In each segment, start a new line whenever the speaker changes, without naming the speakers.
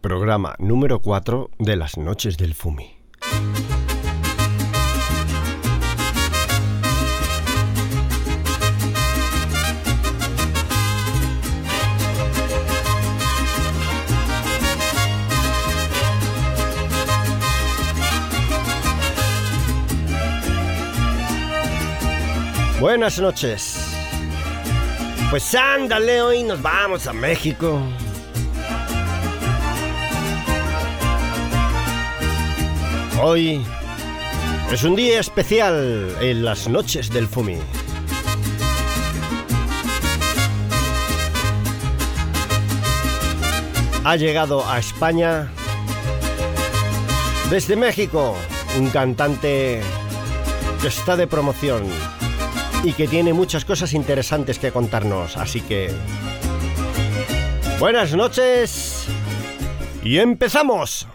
programa número 4 de las noches del Fumi. Buenas noches. Pues ándale, hoy nos vamos a México. Hoy es un día especial en las noches del Fumi. Ha llegado a España desde México un cantante que está de promoción y que tiene muchas cosas interesantes que contarnos. Así que... Buenas noches y empezamos.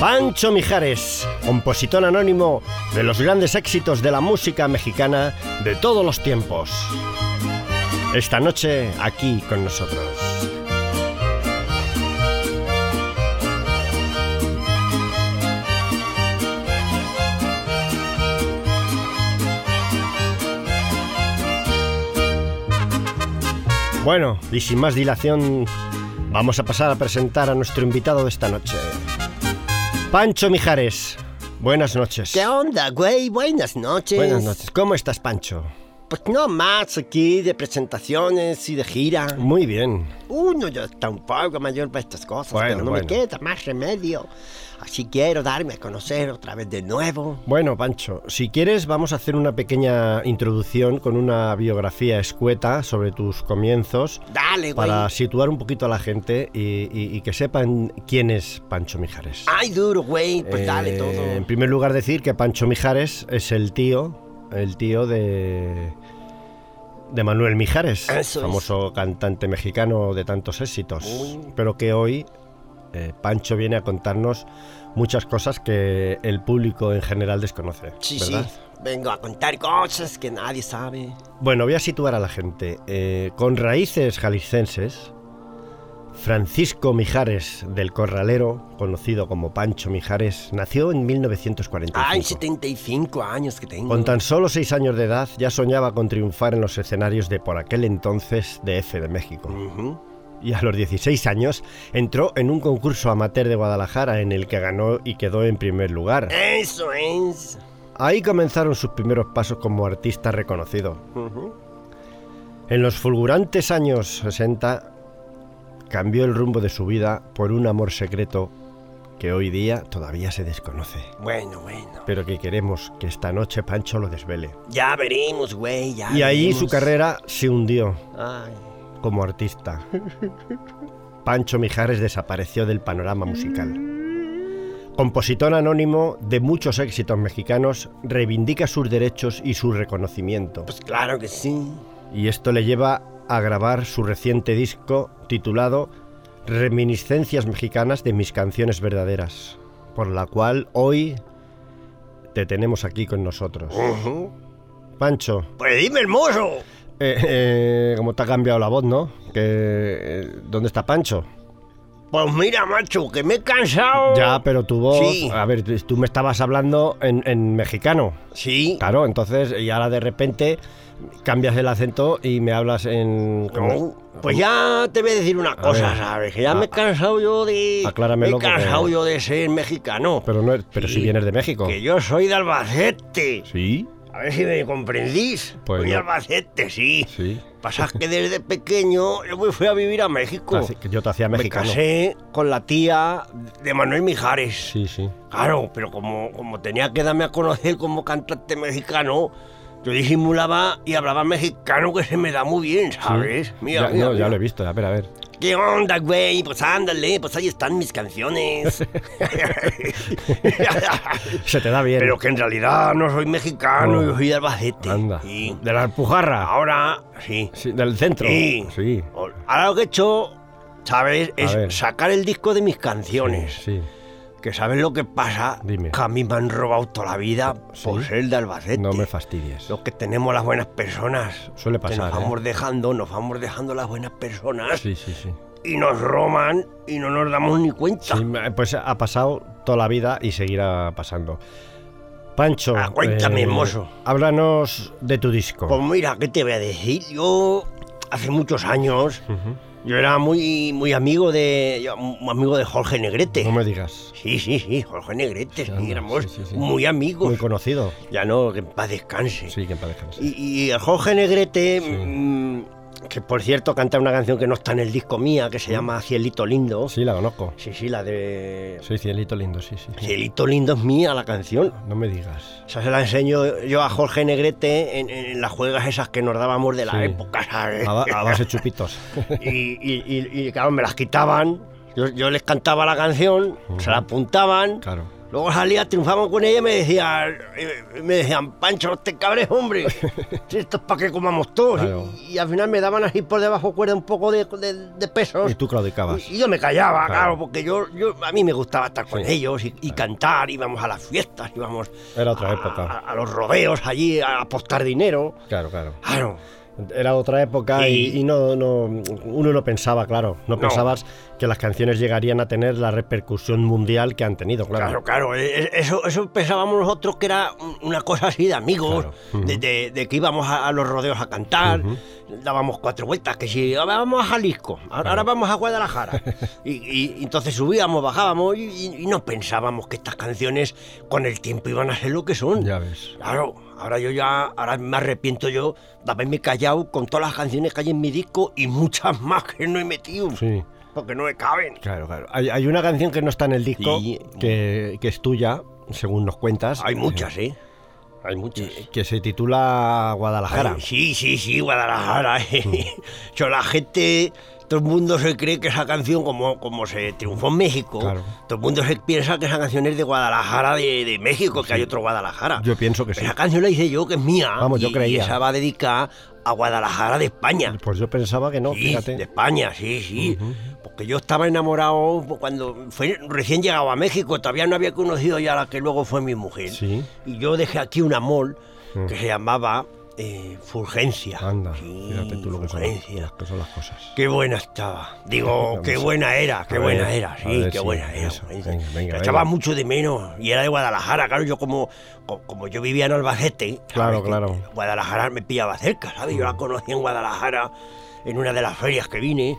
Pancho Mijares, compositor anónimo de los grandes éxitos de la música mexicana de todos los tiempos. Esta noche aquí con nosotros. Bueno, y sin más dilación, vamos a pasar a presentar a nuestro invitado de esta noche. Pancho Mijares, buenas noches.
¿Qué onda, güey? Buenas noches.
Buenas noches. ¿Cómo estás, Pancho?
Pues no más aquí de presentaciones y de gira.
Muy bien.
Uno ya está un poco mayor para estas cosas,
Bueno,
pero no
bueno.
me queda más remedio. Así quiero darme a conocer otra vez de nuevo.
Bueno, Pancho, si quieres vamos a hacer una pequeña introducción con una biografía escueta sobre tus comienzos
Dale, güey.
para situar un poquito a la gente y, y- y que sepan quién es Pancho Mijares.
Ay, duro, güey. Pues
Eh,
dale todo.
En primer lugar decir que Pancho Mijares es el tío, el tío de de Manuel Mijares,
Eso es.
famoso cantante mexicano de tantos éxitos,
Uy.
pero que hoy eh, Pancho viene a contarnos muchas cosas que el público en general desconoce.
Sí,
¿verdad?
sí. Vengo a contar cosas que nadie sabe.
Bueno, voy a situar a la gente. Eh, con raíces jaliscenses, Francisco Mijares del Corralero, conocido como Pancho Mijares, nació en 1945.
Ay, 75 años que tengo.
Con tan solo seis años de edad ya soñaba con triunfar en los escenarios de por aquel entonces DF de México.
Ujú.
Y a los 16 años entró en un concurso amateur de Guadalajara en el que ganó y quedó en primer lugar.
Eso es.
Ahí comenzaron sus primeros pasos como artista reconocido.
Ujú.
En los fulgurantes años 60 cambió el rumbo de su vida por un amor secreto que hoy día todavía se desconoce,
Bueno, bueno.
pero que queremos que esta noche Pancho lo desvele.
Ya veremos, güey. Ya
Y ahí su
veremos.
carrera se hundió
Ay.
como artista. Pancho Mijares desapareció del panorama musical. Compositor anónimo de muchos éxitos mexicanos, reivindica sus derechos y su reconocimiento.
Pues claro que sí.
y esto le lleva a grabar su reciente disco titulado Reminiscencias Mexicanas de mis canciones verdaderas, por la cual hoy te tenemos aquí con nosotros. Pancho,
Pues dime, hermoso.
eh, eh, como te ha cambiado la voz, ¿no? Que, eh, ¿Dónde está Pancho?
Pues mira, macho, que me he cansado.
Ya, pero tu voz...
Sí.
A ver, tú- tú me estabas hablando en, en mexicano.
Sí.
Claro, entonces, y ahora de repente cambias el acento y me hablas en...
No, Pues ya te voy a decir una cosa,
ver.
¿sabes? Que ya
A-
me he cansado yo de.
acláramelo,
Me he cansado
porque-
yo de ser mexicano.
Pero, no, pero si
Sí.
vienes de México.
Que yo soy de Albacete.
Sí.
A ver si me comprendís.
Pues
Soy
no.
Albacete, sí.
Sí.
Pasa que desde pequeño yo me fui a vivir a México.
Así que yo te hacía
me
Ah, mexicano.
casé con la tía de Manuel Mijares.
Sí, sí.
Claro, pero como, como tenía que darme a conocer como cantante mexicano, yo disimulaba y hablaba mexicano que se me da muy bien, ¿sabes?
ya, no, ya lo he visto. A ver, a ver.
¿Qué onda, güey? Pues ándale, pues ahí están mis canciones.
Se te da bien.
pero que en realidad no soy mexicano,
Oh.
yo soy de Albacete.
Anda.
Sí.
De la Alpujarra.
Ahora, sí.
Sí, del centro.
Ah. Sí.
Sí.
Ahora lo que he hecho, ¿sabes? Es
ver.
sacar el disco de mis canciones.
Sí.
Que ¿sabes lo que pasa?
Dime.
Que a mí me han robado toda la vida por
Sí.
ser de Albacete.
No me fastidies.
Los que tenemos las buenas personas.
Suele
Que
pasar.
nos vamos
¿eh?
dejando, nos vamos dejando las buenas personas
Sí, sí, sí.
y nos roban y no nos damos ni cuenta.
Sí, me- pues ha pasado toda la vida y seguirá pasando. Pancho, eh,
Ah, cuéntame, mozo.
Háblanos de tu disco.
Pues mira, ¿qué te voy a decir? Yo hace muchos años
Ujú.
yo era muy muy amigo de yo- muy amigo de Jorge Negrete.
No me digas.
Sí, sí, sí, Jorge
Sí,
Negrete, sí,
anda,
éramos
sí, sí, sí.
muy amigos.
Muy conocido.
Ya no, que en paz descanse.
Sí, que en paz descanse.
Y, y el Jorge Negrete,
Sí.
mm, que por cierto canta una canción que no está en el disco mía, que se llama Cielito Lindo.
Mm. Sí, la conozco.
Sí, sí, la de.
Soy cielito lindo, sí, sí. sí.
Cielito lindo es mía la canción.
No me digas.
O sea, se la enseño yo a Jorge Negrete en, en las juegas esas que nos dábamos de la
Sí.
época, ¿sabes?
A, ba- a base de chupitos.
Y, y- y- y, claro, me las quitaban. Yo, yo les cantaba la canción, se la apuntaban.
Claro.
Luego salía, triunfamos con ella y me decían, eh, me decían, Pancho, no te cabres, hombre. Si Esto es para que comamos todos.
Claro.
Y, y al final me daban así por debajo cuerda un poco de, de- de pesos.
Y tú claudicabas.
Y yo me callaba,
Claro.
claro, porque yo, yo a mí me gustaba estar con
Sí.
ellos y, y cantar, íbamos a las fiestas, íbamos
Era otra
a,
época.
a- a los rodeos allí a apostar dinero.
Claro, claro.
Claro,
Era otra época y,
Sí.
y no, no- uno no pensaba, claro. No,
No.
pensabas que las canciones llegarían a tener la repercusión mundial que han tenido, claro.
claro, claro. e- e- Eso, eso pensábamos nosotros que era un- una cosa así de amigos,
Claro.
de, de- de que íbamos a, a los rodeos a cantar, dábamos cuatro vueltas, que si ahora vamos a Jalisco, ahora ahora vamos a Guadalajara. y, y- y entonces subíamos, bajábamos y- y- y no pensábamos que estas canciones con el tiempo iban a ser lo que son.
Ya ves.
Claro, ahora yo ya, ahora me arrepiento yo de haberme callado con todas las canciones que hay en mi disco y muchas más que no he metido,
Sí.
porque no me caben.
Claro, claro. Hay, hay una canción que no está en el disco,
Sí.
que, que es tuya, según nos cuentas.
Hay muchas, ¿eh? Hay muchas. ¿eh?
Que, que se titula Guadalajara.
Ay, Sí, sí, sí, Guadalajara. ¿eh? Yo, la gente, todo el mundo se cree que esa canción, como, como se triunfó en México,
Claro.
todo el mundo se piensa que esa canción es de Guadalajara, de, de México, que hay otro Guadalajara.
Yo pienso que sí.
Esa canción la hice yo, que es mía.
Vamos, yo
y- Y
creía.
esa va dedicada a Guadalajara de España.
Pues yo pensaba que no,
Sí,
fíjate.
de España, sí, sí. Porque yo estaba enamorado cuando fue, recién llegaba a México, todavía no había conocido ya a la que luego fue mi mujer.
Sí. Mm.
Y yo dejé aquí un amor que se llamaba eh, Fulgencia.
Anda.
Sí,
Fíjate tú lo que son,
Fulgencia.
lo que son las cosas.
Qué buena estaba. Digo, qué buena era, qué
A
buena
ver,
era,
a
sí,
ver,
qué
sí,
buena era.
eso,
Fulgencia.
venga, venga,
La echaba
venga.
mucho de menos y era de Guadalajara, claro, yo como, co- como yo vivía en Albacete, ¿sabes?
Claro,
Que
claro.
Guadalajara me pillaba cerca, ¿sabes?
Mm.
Yo la conocí en Guadalajara, en una de las ferias que vine,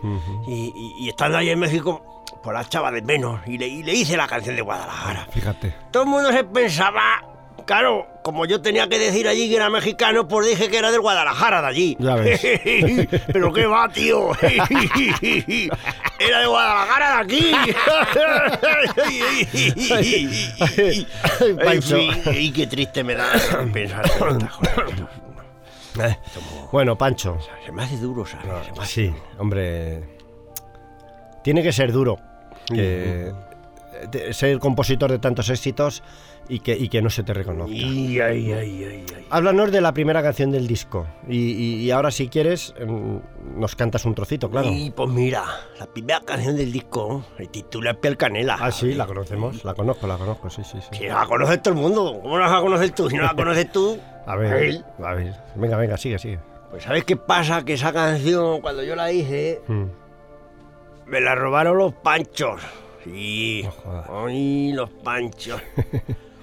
y, y- y estando ahí en México, pues la echaba de menos y le, y le hice la canción de Guadalajara.
Fíjate.
Todo el mundo se pensaba, claro, como yo tenía que decir allí que era mexicano, pues dije que era del Guadalajara de allí.
Ya ves.
Pero qué va, tío. era de Guadalajara de aquí.
Ay, Pancho.
En fin, Y qué triste me da pensar en estas cosas. Eh,
Bueno, Pancho.
Se me hace duro, ¿sabes? Se me hace-
Sí, hombre. Tiene que ser duro. que- eh, te- ser compositor de tantos éxitos y que, y que no se te reconozca.
Y, ay, ay, ay, ay.
Háblanos de la primera canción del disco. Y, y- y ahora, si quieres, mm, nos cantas un trocito, claro.
Y pues mira, la primera canción del disco se titula Piel Canela.
Ah, sí, la conocemos. La conozco, la conozco, sí, sí, sí.
Si no la conoce todo el mundo, ¿cómo no la vas a conocer tú? Si no la conoces tú,
A ver, a ver. Venga, venga, sigue, sigue.
pues ¿sabes qué pasa? Que esa canción, cuando yo la hice,
Mm.
me la robaron los panchos. Sí,
No jodas.
ay, los panchos.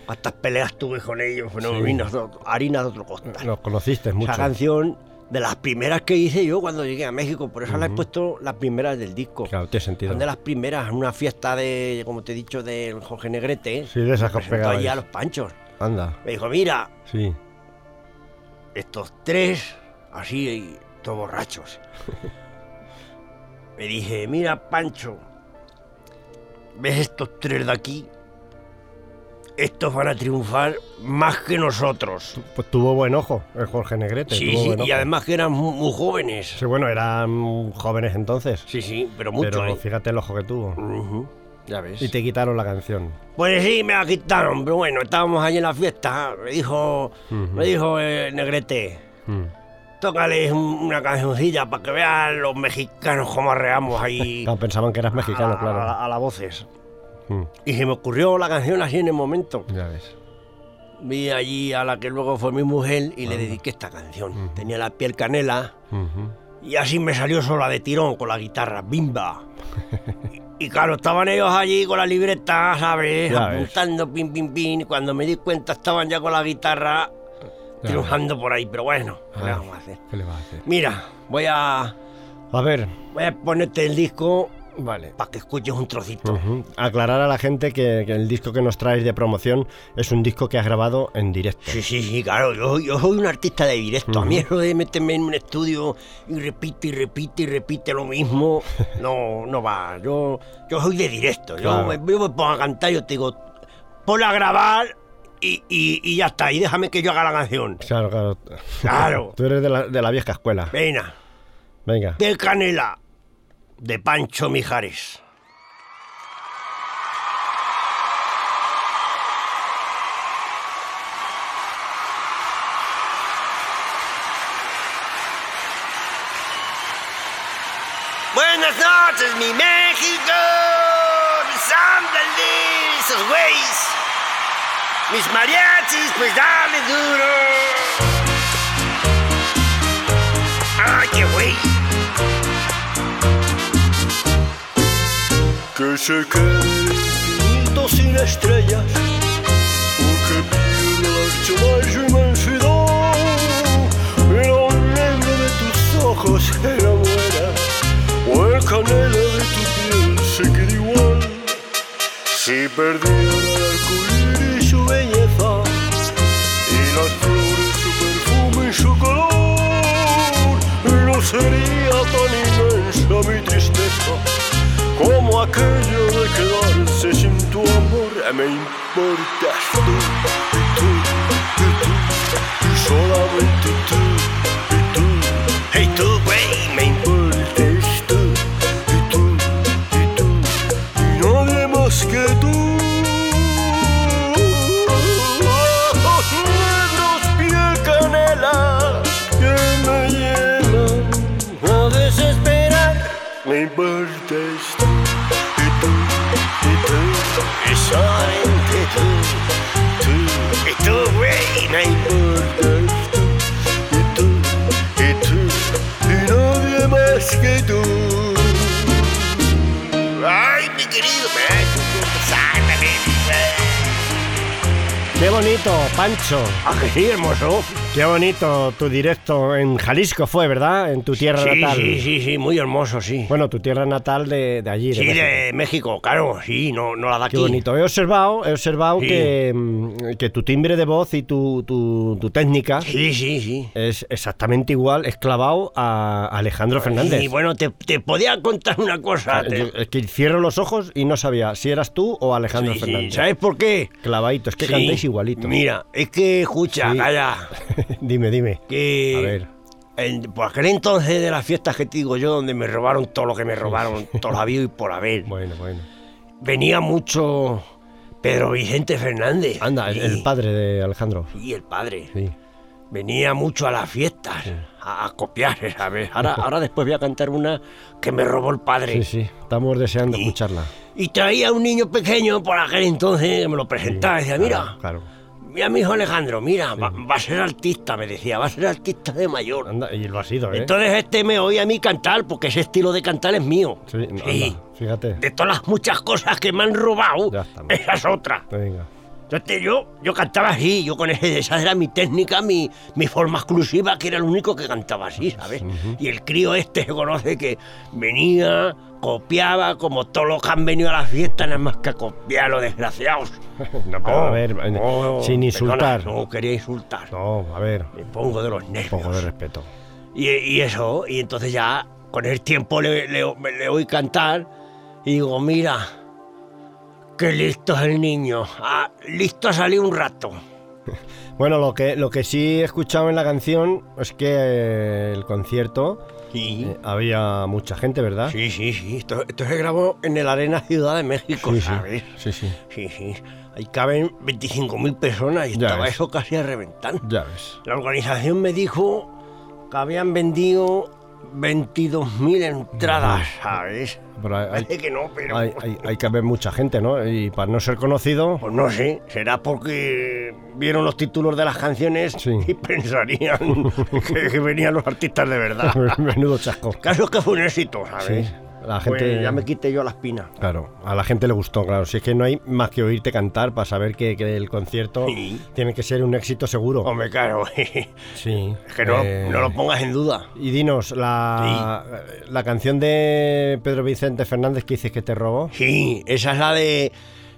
Cuántas peleas tuve con ellos, fueron
Sí.
harinas de otro- harina de otro costal.
Los conociste mucho.
esa canción, de las primeras que hice yo cuando llegué a México, por eso la he puesto las primeras del disco.
Claro, tiene sentido.
Son de las primeras, en una fiesta de, como te he dicho, de Jorge Negrete.
Sí, de esas que os
presentó allí a
pegabais.
los panchos.
Anda,
Me dijo, mira,
Sí.
estos tres, así, todos borrachos. Me dije, mira, Pancho, ¿ves estos tres de aquí? Estos van a triunfar más que nosotros.
Pues tuvo buen ojo el Jorge Negrete.
Sí,
tuvo
sí,
buen
y
ojo.
además que eran mu- muy jóvenes.
Sí, bueno, eran jóvenes entonces.
Sí, sí, pero mucho. Mm.
pero
¿eh?
fíjate el ojo que tuvo.
Ujú, Ya ves.
Y te quitaron la canción.
Pues sí, me la quitaron, pero bueno, estábamos allí en la fiesta. Me dijo, me dijo el Negrete,
Mm.
tócales un- una cancioncilla para que vean los mexicanos cómo arreamos ahí
Claro, pensaban que eras mexicano,
a,
claro.
a- a las voces.
Mm,
Y se me ocurrió la canción así en el momento.
Ya ves.
Vi allí a la que luego fue mi mujer y le dediqué esta canción. Tenía la piel canela
Ujú.
y así me salió sola de tirón con la guitarra, bimba. Y, y claro, estaban ellos allí con la libreta, ¿sabes?
Ya ves.
Apuntando, pin, pin, pin. Y cuando me di cuenta estaban ya con la guitarra triunfando por ahí, pero bueno, ¿qué le
Ah.
vamos a hacer?
¿Qué le vas a hacer?
Mira, voy a,
A ver,
voy a ponerte el disco
vale.
para que escuches un trocito.
Ujú. Aclarar a la gente que, que el disco que nos traes de promoción es un disco que has grabado en directo.
Sí, sí, sí, claro, yo, yo soy un artista de directo. A mí eso de meterme en un estudio y repite y repite y repite lo mismo, no, no va. Yo, yo soy de directo. Yo
Claro.
me- Yo, me pongo a cantar, yo te digo, ponla a grabar y, y- y ya está, y déjame que yo haga la canción.
Claro, claro.
Claro.
Tú eres de la, de la vieja escuela.
Venga,
Venga.
de canela, de Pancho Mijares. Buenas noches, mi México. Sándale esos güeyes. Mis mariachis, pues dale duro. Ay, qué güey.
Que se quede
Infinito sin estrellas.
o que pierda la su inmensidad. La negra de tus ojos era buena, o el canela de tu piel se queda igual. Si perdiera el arcoíris su belleza, y las flores su perfume y su color, no sería tan inmensa mi tristeza. Como aquello de quedarse sin tu amor, é me importas tú, y tú, y tú, y solamente tú, y tú,
Hey tú, güey, me
me importas tú, y tú, y tú, y nadie más que tú. Ojos negros, piel canela, que me llenan a desesperar. Me importas tú, y tú, y tú, y solamente tú, tú.
Y tú, güey, me
Importas tú, y tú, y tú, y nadie más que tú.
Ay, mi querido macho, sácame.
¡Qué bonito, Pancho!
Ah, que sí, hermoso.
Qué bonito tu directo en Jalisco fue, ¿verdad? En tu tierra
Sí,
natal.
sí, sí, sí, muy hermoso, sí.
Bueno, tu tierra natal de, de allí. de
sí,
México.
de México, claro, sí, no, no la da aquí.
Qué bonito. He observado, he observado
Sí.
que, mm, que tu timbre de voz y tu, tu, tu técnica
Sí, sí, sí.
es exactamente igual, es clavado a Alejandro Fernández. Ah,
Y bueno, te, te podía contar una cosa. Ah, te-
Yo- es que cierro los ojos y no sabía si eras tú o Alejandro
Sí, sí,
Fernández.
¿Sabes por qué?
Clavadito, es que
Sí.
cantáis igualito.
Mira, es que, escucha,
Sí.
calla,
dime, dime.
que...
A ver.
en- por aquel entonces de las fiestas que te digo yo, donde me robaron todo lo que me robaron, todo lo habido y por haber.
Bueno, bueno.
venía mucho Pedro Vicente Fernández.
Anda, el,
Sí,
el padre de Alejandro.
Sí, el padre.
Sí.
Venía mucho a las fiestas, a, a copiar, ¿sabes? Ahora, ahora después voy a cantar una que me robó el padre.
Sí, sí. Estamos deseando escucharla.
Y traía un niño pequeño por aquel entonces, me lo presentaba, decía, mira,
Claro.
mira mi hijo Alejandro, mira, va, va a ser artista, me decía, va a ser artista de mayor.
Anda, y lo ha sido, ¿eh?
Entonces este me oía a mí cantar, porque ese estilo de cantar es mío.
Sí, anda,
Sí.
fíjate.
De todas las muchas cosas que me han robado,
Ya estamos.
esa es otra.
Venga.
Entonces yo, yo cantaba así, yo con ese, esa era mi técnica, mi, mi forma exclusiva, que era el único que cantaba así, ¿sabes? Y el crío este se conoce que venía copiaba como todos los que han venido a la fiesta, nada más que a copiar, los desgraciados. Oh,
No, pero a ver, eh, sin
perdona,
insultar.
no, quería insultar.
No, a ver,
Me pongo de los
un
nervios.
poco de respeto.
Y, y eso, y entonces ya con el tiempo le, le- me- le oí cantar y digo, mira, qué listo es el niño. Ah, listo a salir un rato.
Bueno, lo que, lo que sí he escuchado en la canción es que eh, el concierto
Sí,
eh, había mucha gente, ¿verdad?
sí, sí. sí. Esto, esto se grabó en el Arena Ciudad de México,
Sí, sí.
¿sabes?
Sí, sí.
Sí, sí. Ahí caben 25.000 personas y
Ya
estaba
ves.
eso casi a reventar.
Ya ves.
La organización me dijo que habían vendido 22.000 entradas, ¿sabes?
Pero hay,
Parece que no, pero...
hay- hay- hay que haber mucha gente, ¿no? Y para no ser conocido,
Pues no sé, será porque vieron los títulos de las canciones
Sí.
y pensarían que, que venían los artistas de verdad.
menudo chasco.
El caso es que fue un éxito, ¿sabes?
Sí, la
Pues
gente-
ya me quité yo la espina.
Claro, a la gente le gustó, claro. Si es que no hay más que oírte cantar para saber que, que el concierto
Sí.
tiene que ser un éxito seguro.
Hombre, claro, es
Sí.
que no,
Eh,
no lo pongas en duda.
Y dinos, la, la canción de Pedro Vicente Fernández que dices que te robó.
Sí, esa es la de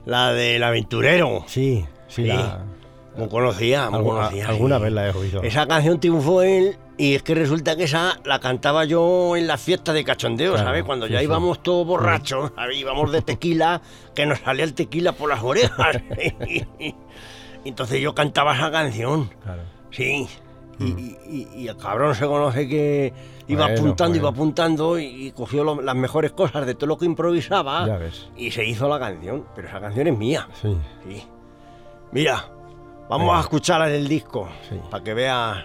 la del aventurero.
Sí, sí,
Sí.
la-
Muy conocida, muy
alguna,
conocida.
alguna
sí.
vez la he oído.
Esa canción triunfó él y es que resulta que esa la cantaba yo en las fiestas de cachondeo,
Claro,
¿sabes? Cuando
sí,
ya
sí. Mm.
íbamos todos borrachos, ¿sabes? íbamos de tequila, que nos salía el tequila por las orejas. Entonces yo cantaba esa canción,
Claro.
sí. Y, y- y- y el cabrón se conoce que iba
Mm. Bueno,
apuntando,
bueno.
iba apuntando y, y cogió lo- las mejores cosas de todo lo que improvisaba
Ya ves.
y se hizo la canción. Pero esa canción es mía.
Sí.
Sí. Mira, vamos a escuchar el disco
Sí.
para que veas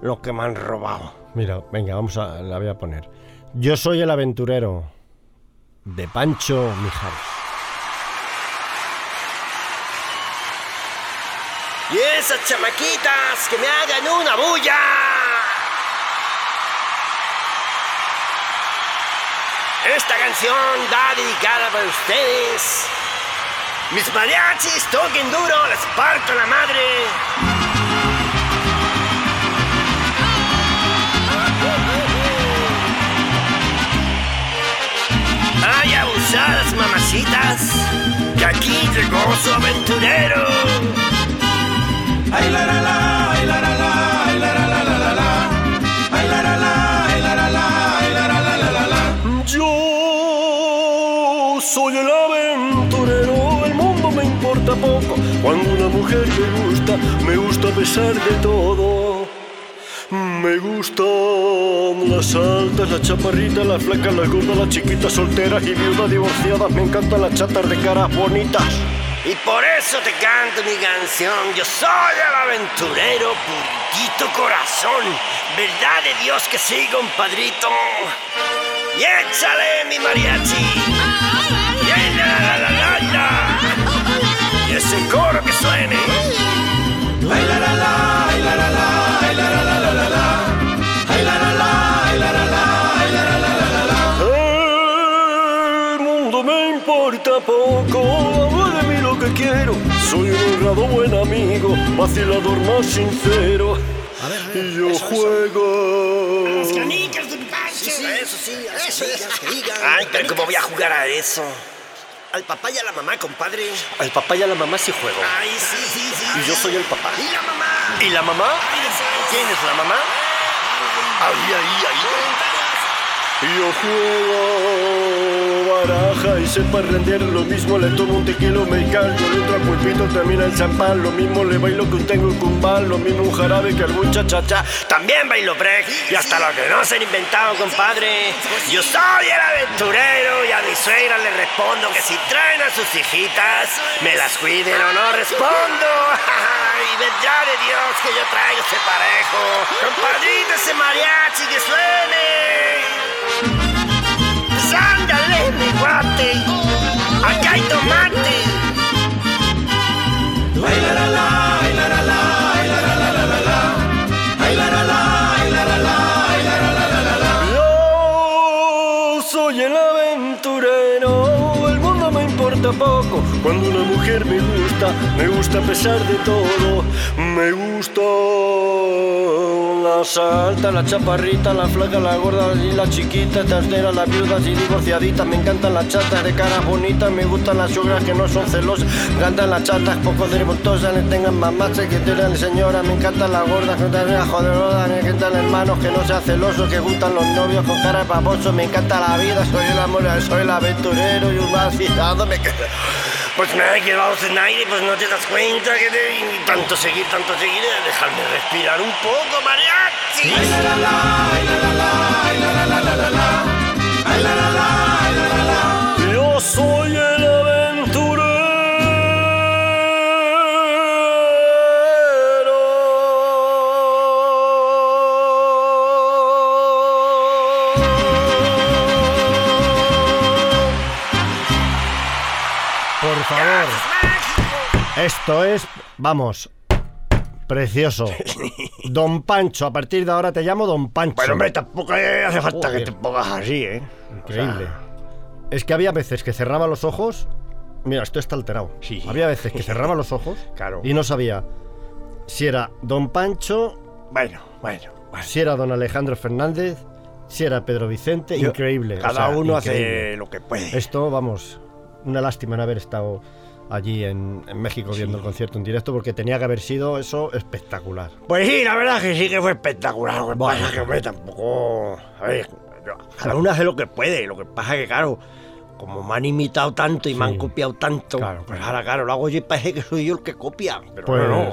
lo que me han robado.
Mira, venga, vamos a la voy a poner. Yo soy el aventurero de Pancho Mijares.
Y esas chamaquitas que me hagan una bulla. Esta canción va dedicada para ustedes. Mis mariachis toquen duro, les parto la madre. Hay abusadas mamacitas, que aquí llegó su aventurero.
Yo soy el aventurero, el mundo me importa poco. Cuando una mujer me gusta, me gusta a pesar de todo. Me gustan las altas, las chaparritas, las flacas, las gordas, las chiquitas, solteras y viudas divorciadas. Me encantan las chatas de caras bonitas.
Y por eso te canto mi canción. Yo soy el aventurero, puritito corazón. Verdad de Dios que sí, compadrito. Y échale mi mariachi. Y ahí, la, la, la, la, la. Y ese coro que suene.
El mundo me importa poco, hago de mí lo que quiero. Soy un honrado buen amigo, vacilador más sincero. y yo juego.
Eso sí, eso Ay, pero ¿cómo voy a jugar a eso? Al papá y a la mamá, compadre.
Al papá y a la mamá sí juego.
Ay, sí, sí, sí.
Y yo soy el papá.
Y la mamá.
¿Y la mamá?
¿Quién es la mamá?
Ahí, ahí, ahí. Yo juego baraja y sé parrandear lo mismo le tomo un tequila mexicano, le otro pulpito también al champán, lo mismo le bailo que un tengo cumbal, lo mismo un jarabe que algún cha-cha-cha.
También bailo break y hasta lo que no se han inventado, compadre. Yo soy el aventurero y a mi suegra le respondo que si traen a sus hijitas, me las cuiden o no respondo. Y vendrá de Dios que yo traigo ese parejo. Compadrito, ese mariachi que suene. Pues ándale, mi guate. Aquí hay tomate.
Yo soy el aventurero, el mundo me importa poco. Cuando una mujer me gusta, me gusta a pesar de todo. Me gusta la salta, la chaparrita, la flaca, la gorda y la chiquita, trasera, las viudas y divorciaditas. Me encantan las chatas de caras bonitas, me gustan las suegras que no son celosas. Me encantan las chatas poco desmontosas, le tengan mamache que tengan señora. Me encantan las gordas, que no tengan joderodas, me encantan hermanos que no sean celosos, que gustan los novios con caras babosos. Me encanta la vida, soy el amor, soy el aventurero y un vacilado. Me quedo. Pues me he quedado sin aire, pues no te das cuenta que de y tanto seguir, tanto seguir,
eh,
dejarme respirar un poco,
¡Ah,
mariachi. Yo soy el aventurero.
Por favor. Esto es, vamos, precioso. Don Pancho, a partir de ahora te llamo Don Pancho.
Bueno, hombre, tampoco eh, hace falta
Joder.
que te pongas así, ¿eh?
Increíble. Es que había veces que cerraba los ojos. Mira, esto está alterado.
Sí.
Había veces que cerraba los ojos
Claro.
y no sabía si era Don Pancho,
Bueno, bueno. bueno.
si era Don Alejandro Fernández, si era Pedro Vicente.
Yo-
increíble. o
Cada
sea,
uno
increíble.
hace lo que puede.
Esto, vamos, una lástima no haber estado allí en, en México viendo el concierto en directo porque tenía que haber sido eso espectacular.
Pues sí, la verdad es que sí que fue espectacular. Lo que
Bueno.
pasa es que, hombre, tampoco. A ver, cada uno hace lo que puede. Lo que pasa es que, claro, como me han imitado tanto y me han copiado tanto,
Claro,
pues
claro.
ahora, claro, lo hago yo y parece que soy yo el que copia. Pero
Pues-
no,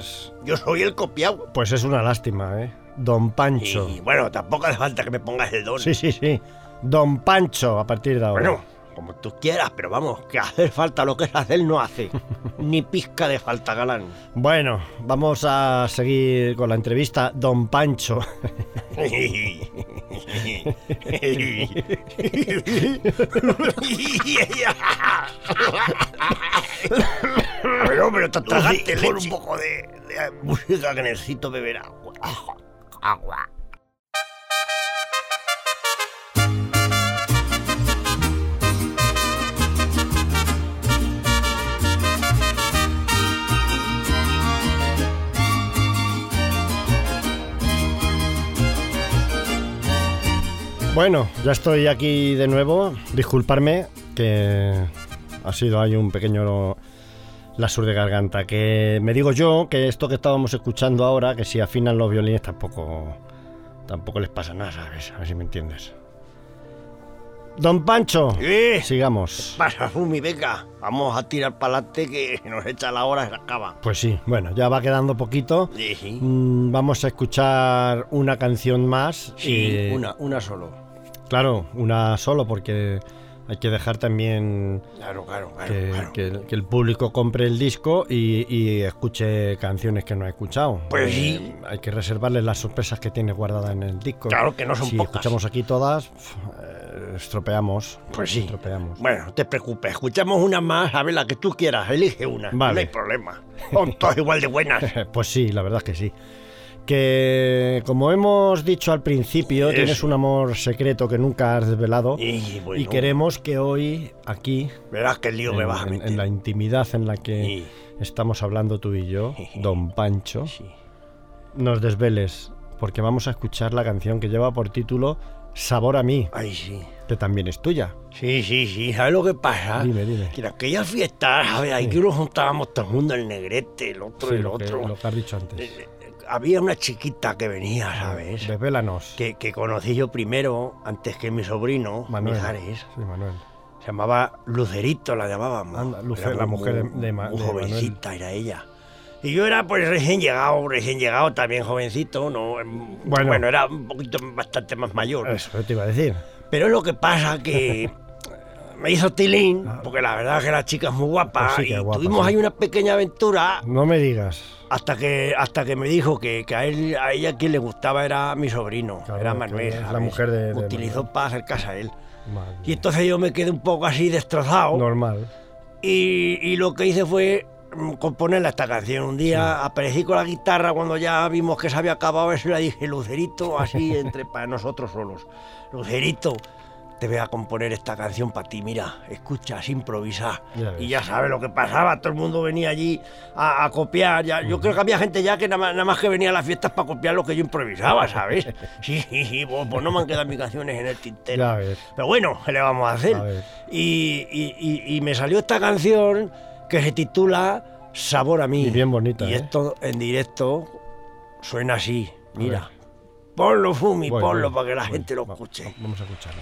no, yo soy el copiado.
Pues es una lástima, ¿eh? Don Pancho.
Y bueno, tampoco hace falta que me pongas el don.
Sí, sí, sí. Don Pancho, a partir de ahora.
Bueno, como tú quieras, pero vamos, que hacer falta lo que es hacer no hace. Ni pizca de falta, galán.
Bueno, vamos a seguir con la entrevista. Don Pancho.
pero, pero te tragaste con un poco de, de música que necesito beber agua. Agua.
Bueno, ya estoy aquí de nuevo. Disculparme que ha sido ahí un pequeño lasur de garganta. Que me digo yo que esto que estábamos escuchando ahora, que si afinan los violines tampoco, tampoco les pasa nada, ¿sabes? A ver si me entiendes. Don Pancho,
¿Qué?
sigamos.
Pasa, Fumi, venga. Vamos a tirar para adelante que nos echa la hora y se acaba.
Pues sí, bueno, ya va quedando poquito.
Sí, sí.
Mm, Vamos a escuchar una canción más.
Sí,
y-
una, una solo.
Claro, una solo, porque hay que dejar también
Claro, claro, claro.
que,
claro.
que el- que el público compre el disco y, y escuche canciones que no ha escuchado. Eh,
Pues sí.
Hay que reservarles las sorpresas que tiene guardadas en el disco.
Claro que no son
si
pocas.
escuchamos aquí todas, pf, eh, estropeamos.
Pues sí.
Estropeamos.
Bueno, no te preocupes, escuchamos una más, a ver la que tú quieras, elige una,
Vale.
no hay problema. Son todas igual de buenas.
Pues sí, la verdad es que sí. Que como hemos dicho al principio,
Eso.
tienes un amor secreto que nunca has desvelado.
Y bueno,
Y queremos que hoy, aquí,
verás qué lío
en,
me vas a
en-
meter.
en la intimidad en la que
Sí.
estamos hablando tú y yo, Don Pancho,
Sí.
nos desveles, porque vamos a escuchar la canción que lleva por título Sabor a mí,
Ay, sí.
que también es tuya.
Sí, sí, sí, ¿sabes lo que pasa?
Dime, dime.
Que en aquellas fiestas, ¿sabes? Ahí que nos juntábamos todo el mundo, el negrete, el otro,
Sí,
el
lo, que,
otro.
lo que has dicho antes.
Eh, eh, Había una chiquita que venía, ¿sabes?
Desvélanos.
Que, que conocí yo primero, antes que mi sobrino, Mijares.
Sí, Manuel.
Se llamaba Lucerito, la llamábamos.
Anda, Luce-
Era
la
muy-
mujer de-
muy-
de Ma-
muy
de
jovencita era ella. Y yo era pues recién llegado, recién llegado, también jovencito, no Em,
Bueno.
bueno, era un poquito bastante más mayor.
Eso te iba a decir.
Pero lo que pasa que me hizo tilín, porque la verdad es que la chica es muy guapa
Ah. Pues sí que
y
es guapa,
tuvimos
sí.
ahí una pequeña aventura
No me digas.
hasta que hasta que me dijo que, que a él a ella quien le gustaba era mi sobrino,
Claro,
era
que
Manuel.
es la
¿sabes?
mujer de- de
Utilizó para acercarse a él.
Madre
Y
mía.
entonces yo me quedé un poco así destrozado.
Normal.
Y, y lo que hice fue mm, componerla esta canción. Un día aparecí con la guitarra cuando ya vimos que se había acabado eso y le dije, Lucerito, así entre para nosotros solos. Lucerito, te voy a componer esta canción para ti, mira, escuchas, improvisa.
Ya ves.
y ya sabes lo que pasaba, todo el mundo venía allí a, a copiar. ya- Yo creo que había gente ya que nada más, nada más que venía a las fiestas para copiar lo que yo improvisaba, ¿sabes? Sí, sí, sí, pues, pues no me han quedado mis canciones en el tintero.
Ya ves.
Pero bueno, ¿qué le vamos a hacer?
A ver.
y, y- y- y me salió esta canción que se titula Sabor a mí.
Y bien bonita,
Y
¿eh?
esto en directo suena así, mira. Ponlo, Fumi,
Voy,
ponlo
voy,
para que la
voy.
gente lo
Va-
escuche.
va- Vamos a escucharlo.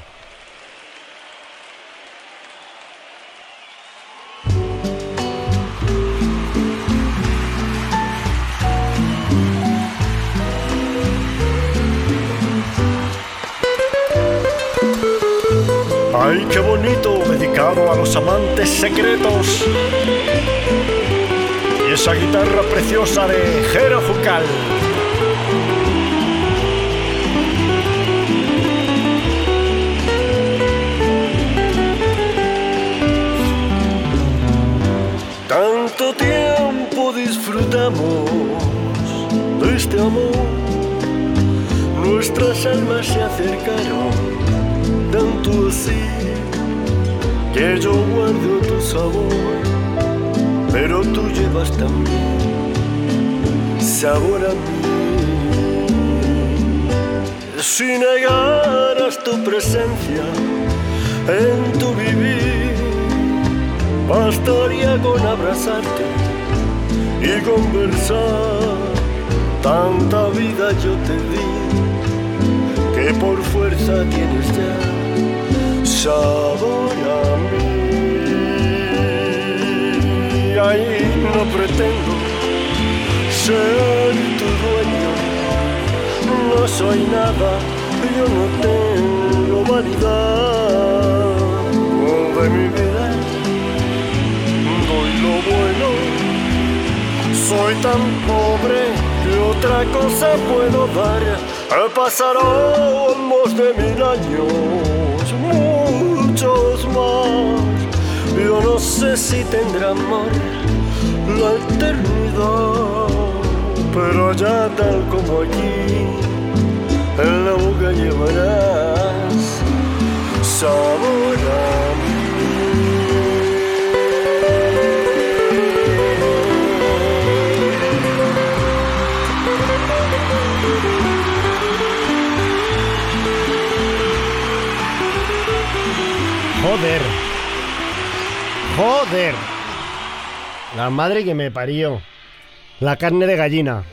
¡Ay, qué bonito! Dedicado a los amantes secretos. Y esa guitarra preciosa de Jero Jucal. Tanto tiempo disfrutamos de este amor. Nuestras almas se acercaron tanto así que yo guardo tu sabor, pero tú llevas también sabor a mí. Si negaras tu presencia en tu vivir, bastaría con abrazarte y conversar. Tanta vida yo te di que por fuerza tienes ya sabor a mí. Ahí no pretendo ser tu dueño, no soy nada, yo no tengo vanidad de mi vida, doy lo bueno. Soy tan pobre que otra cosa puedo dar. Pasaron más de mil años, muchos más. Yo no sé si tendrá amor la eternidad, pero ya tal como aquí, en la boca llevarás sabor a mí.
Joder. Joder. La madre que me parió. La carne de gallina.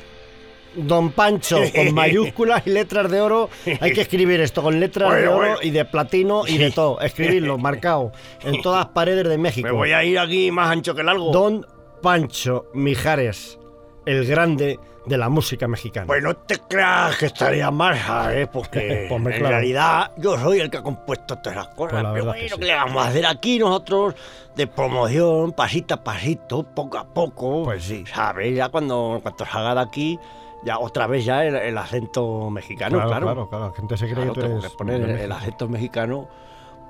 Don Pancho, con mayúsculas y letras de oro. Hay que escribir esto con letras de
Bueno,
oro
bueno.
y de platino y de todo. Escribirlo, marcado. En todas las paredes de México.
Me voy a ir aquí más ancho que largo.
Don Pancho Mijares, el grande de la música mexicana.
Pues no te creas que estaría mal, ¿sabes? Porque
Pues hombre,
en
claro.
realidad yo soy el que ha compuesto todas las
Pues
cosas.
la
Pero
verdad es que
bueno,
sí.
¿qué le vamos a hacer aquí nosotros? De promoción, pasito a pasito, poco a poco.
Pues sí.
¿Sabes? Ya cuando, cuando salga de aquí, ya otra vez ya el, el acento mexicano,
claro,
claro.
claro, claro. La gente se cree
Claro,
que tú
tengo
eres
que poner
de
el,
México.
acento mexicano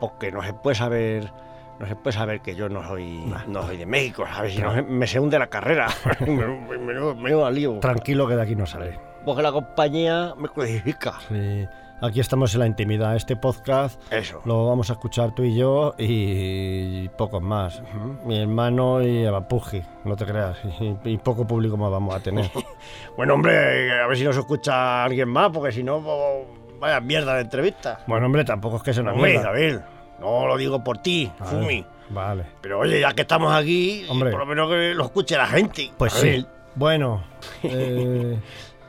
porque no se puede saber no se puede saber que yo no soy no soy de México sabes si no se- me se hunde la carrera me, me, me da lío
Tranquilo que de aquí no sale.
porque la compañía me crucifica
Sí, Aquí estamos en la intimidad. Este podcast
eso
lo vamos a escuchar tú y yo y pocos más. Mi hermano y Abapuji, no te creas. Y, y poco público más vamos a tener.
bueno hombre a ver si nos escucha alguien más porque si no pues, vaya mierda de entrevista
bueno, hombre, tampoco es que sea una
hombre
mierda.
David no lo digo por ti
Vale,
Fumi
Vale.
pero oye ya que estamos aquí
Hombre.
por lo menos que lo escuche la gente
Pues
David,
sí. Bueno, eh,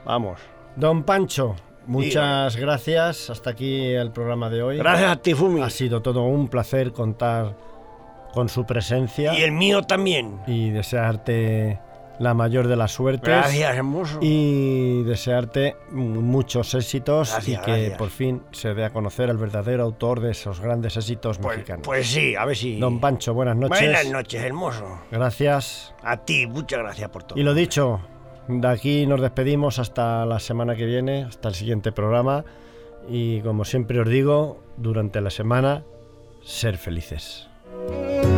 vamos
don Pancho, muchas gracias. Hasta aquí el programa de hoy.
gracias a ti Fumi
Ha sido todo un placer contar con su presencia
y el mío también
y desearte la mayor de las suertes.
Gracias, hermoso.
Y desearte mu- muchos éxitos y
Gracias,
que
gracias.
por fin se dé a conocer al verdadero autor de esos grandes éxitos
pues,
mexicanos.
pues sí, a ver si.
Don Pancho, buenas noches.
Buenas noches, hermoso.
Gracias.
A ti, muchas gracias por todo.
Y lo dicho, de aquí nos despedimos hasta la semana que viene, hasta el siguiente programa. Y como siempre os digo, durante la semana, ser felices.
Thank